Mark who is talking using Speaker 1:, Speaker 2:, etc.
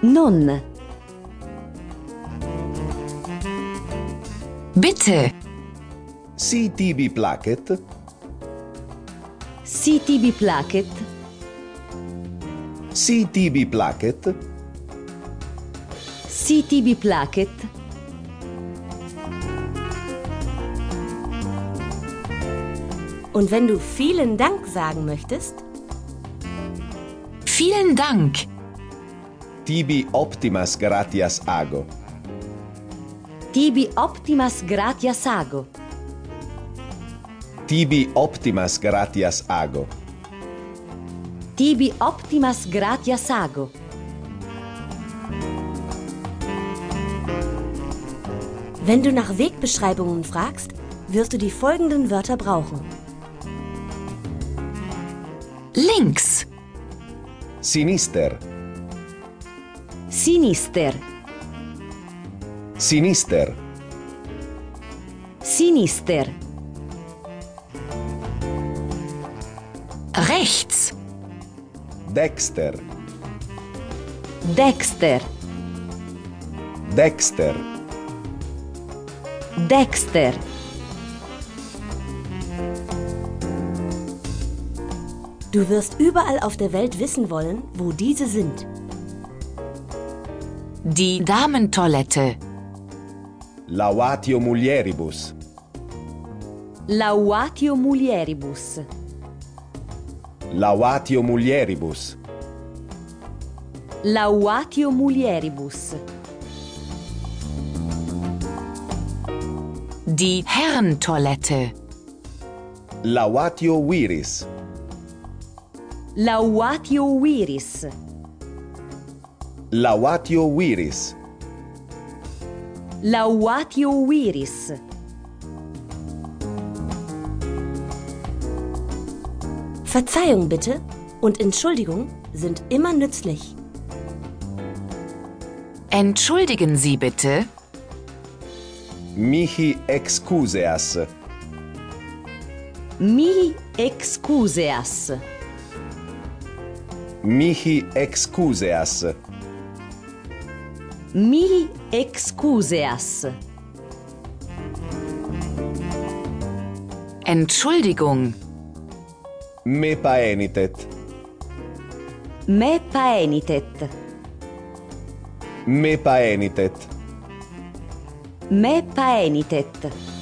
Speaker 1: Non.
Speaker 2: Bitte.
Speaker 3: CTB Placket,
Speaker 1: CTB Placket.
Speaker 3: CTB Placket,
Speaker 1: CTB Placket.
Speaker 4: Und wenn du vielen Dank sagen möchtest,
Speaker 2: Vielen Dank.
Speaker 3: Tibi Optimas Gratias Ago,
Speaker 1: Tibi Optimas Gratias Ago.
Speaker 3: Tibi Optimas Gratias Ago,
Speaker 1: Tibi Optimas Gratias Ago.
Speaker 4: wenn du nach Wegbeschreibungen fragst, wirst du die folgenden Wörter brauchen.
Speaker 2: Links.
Speaker 3: Sinister,
Speaker 1: Sinister.
Speaker 3: Sinister,
Speaker 1: Sinister.
Speaker 2: Rechts.
Speaker 3: Dexter,
Speaker 1: Dexter.
Speaker 3: Dexter,
Speaker 1: Dexter.
Speaker 4: Du wirst überall auf der Welt wissen wollen, wo diese sind.
Speaker 2: Die Damentoilette.
Speaker 3: Lauatio Mulieribus,
Speaker 1: Lauatio mulieribus.
Speaker 3: Lauatio Mulieribus,
Speaker 1: Lauatio mulieribus.
Speaker 2: Die Herrentoilette.
Speaker 3: Lauatio Viris,
Speaker 1: Lauatio viris.
Speaker 3: Lauatio Viris,
Speaker 1: Lauatio viris.
Speaker 4: Verzeihung bitte und Entschuldigung sind immer nützlich.
Speaker 2: Entschuldigen Sie bitte.
Speaker 3: Mihi Excuseas,
Speaker 1: Mihi excuseas.
Speaker 3: Mihi Excuseas,
Speaker 1: Mihi excuseas.
Speaker 2: Entschuldigung.
Speaker 3: Me Paenitet,
Speaker 1: Me paenitet.
Speaker 3: Me Paenitet.
Speaker 1: Me paenitet.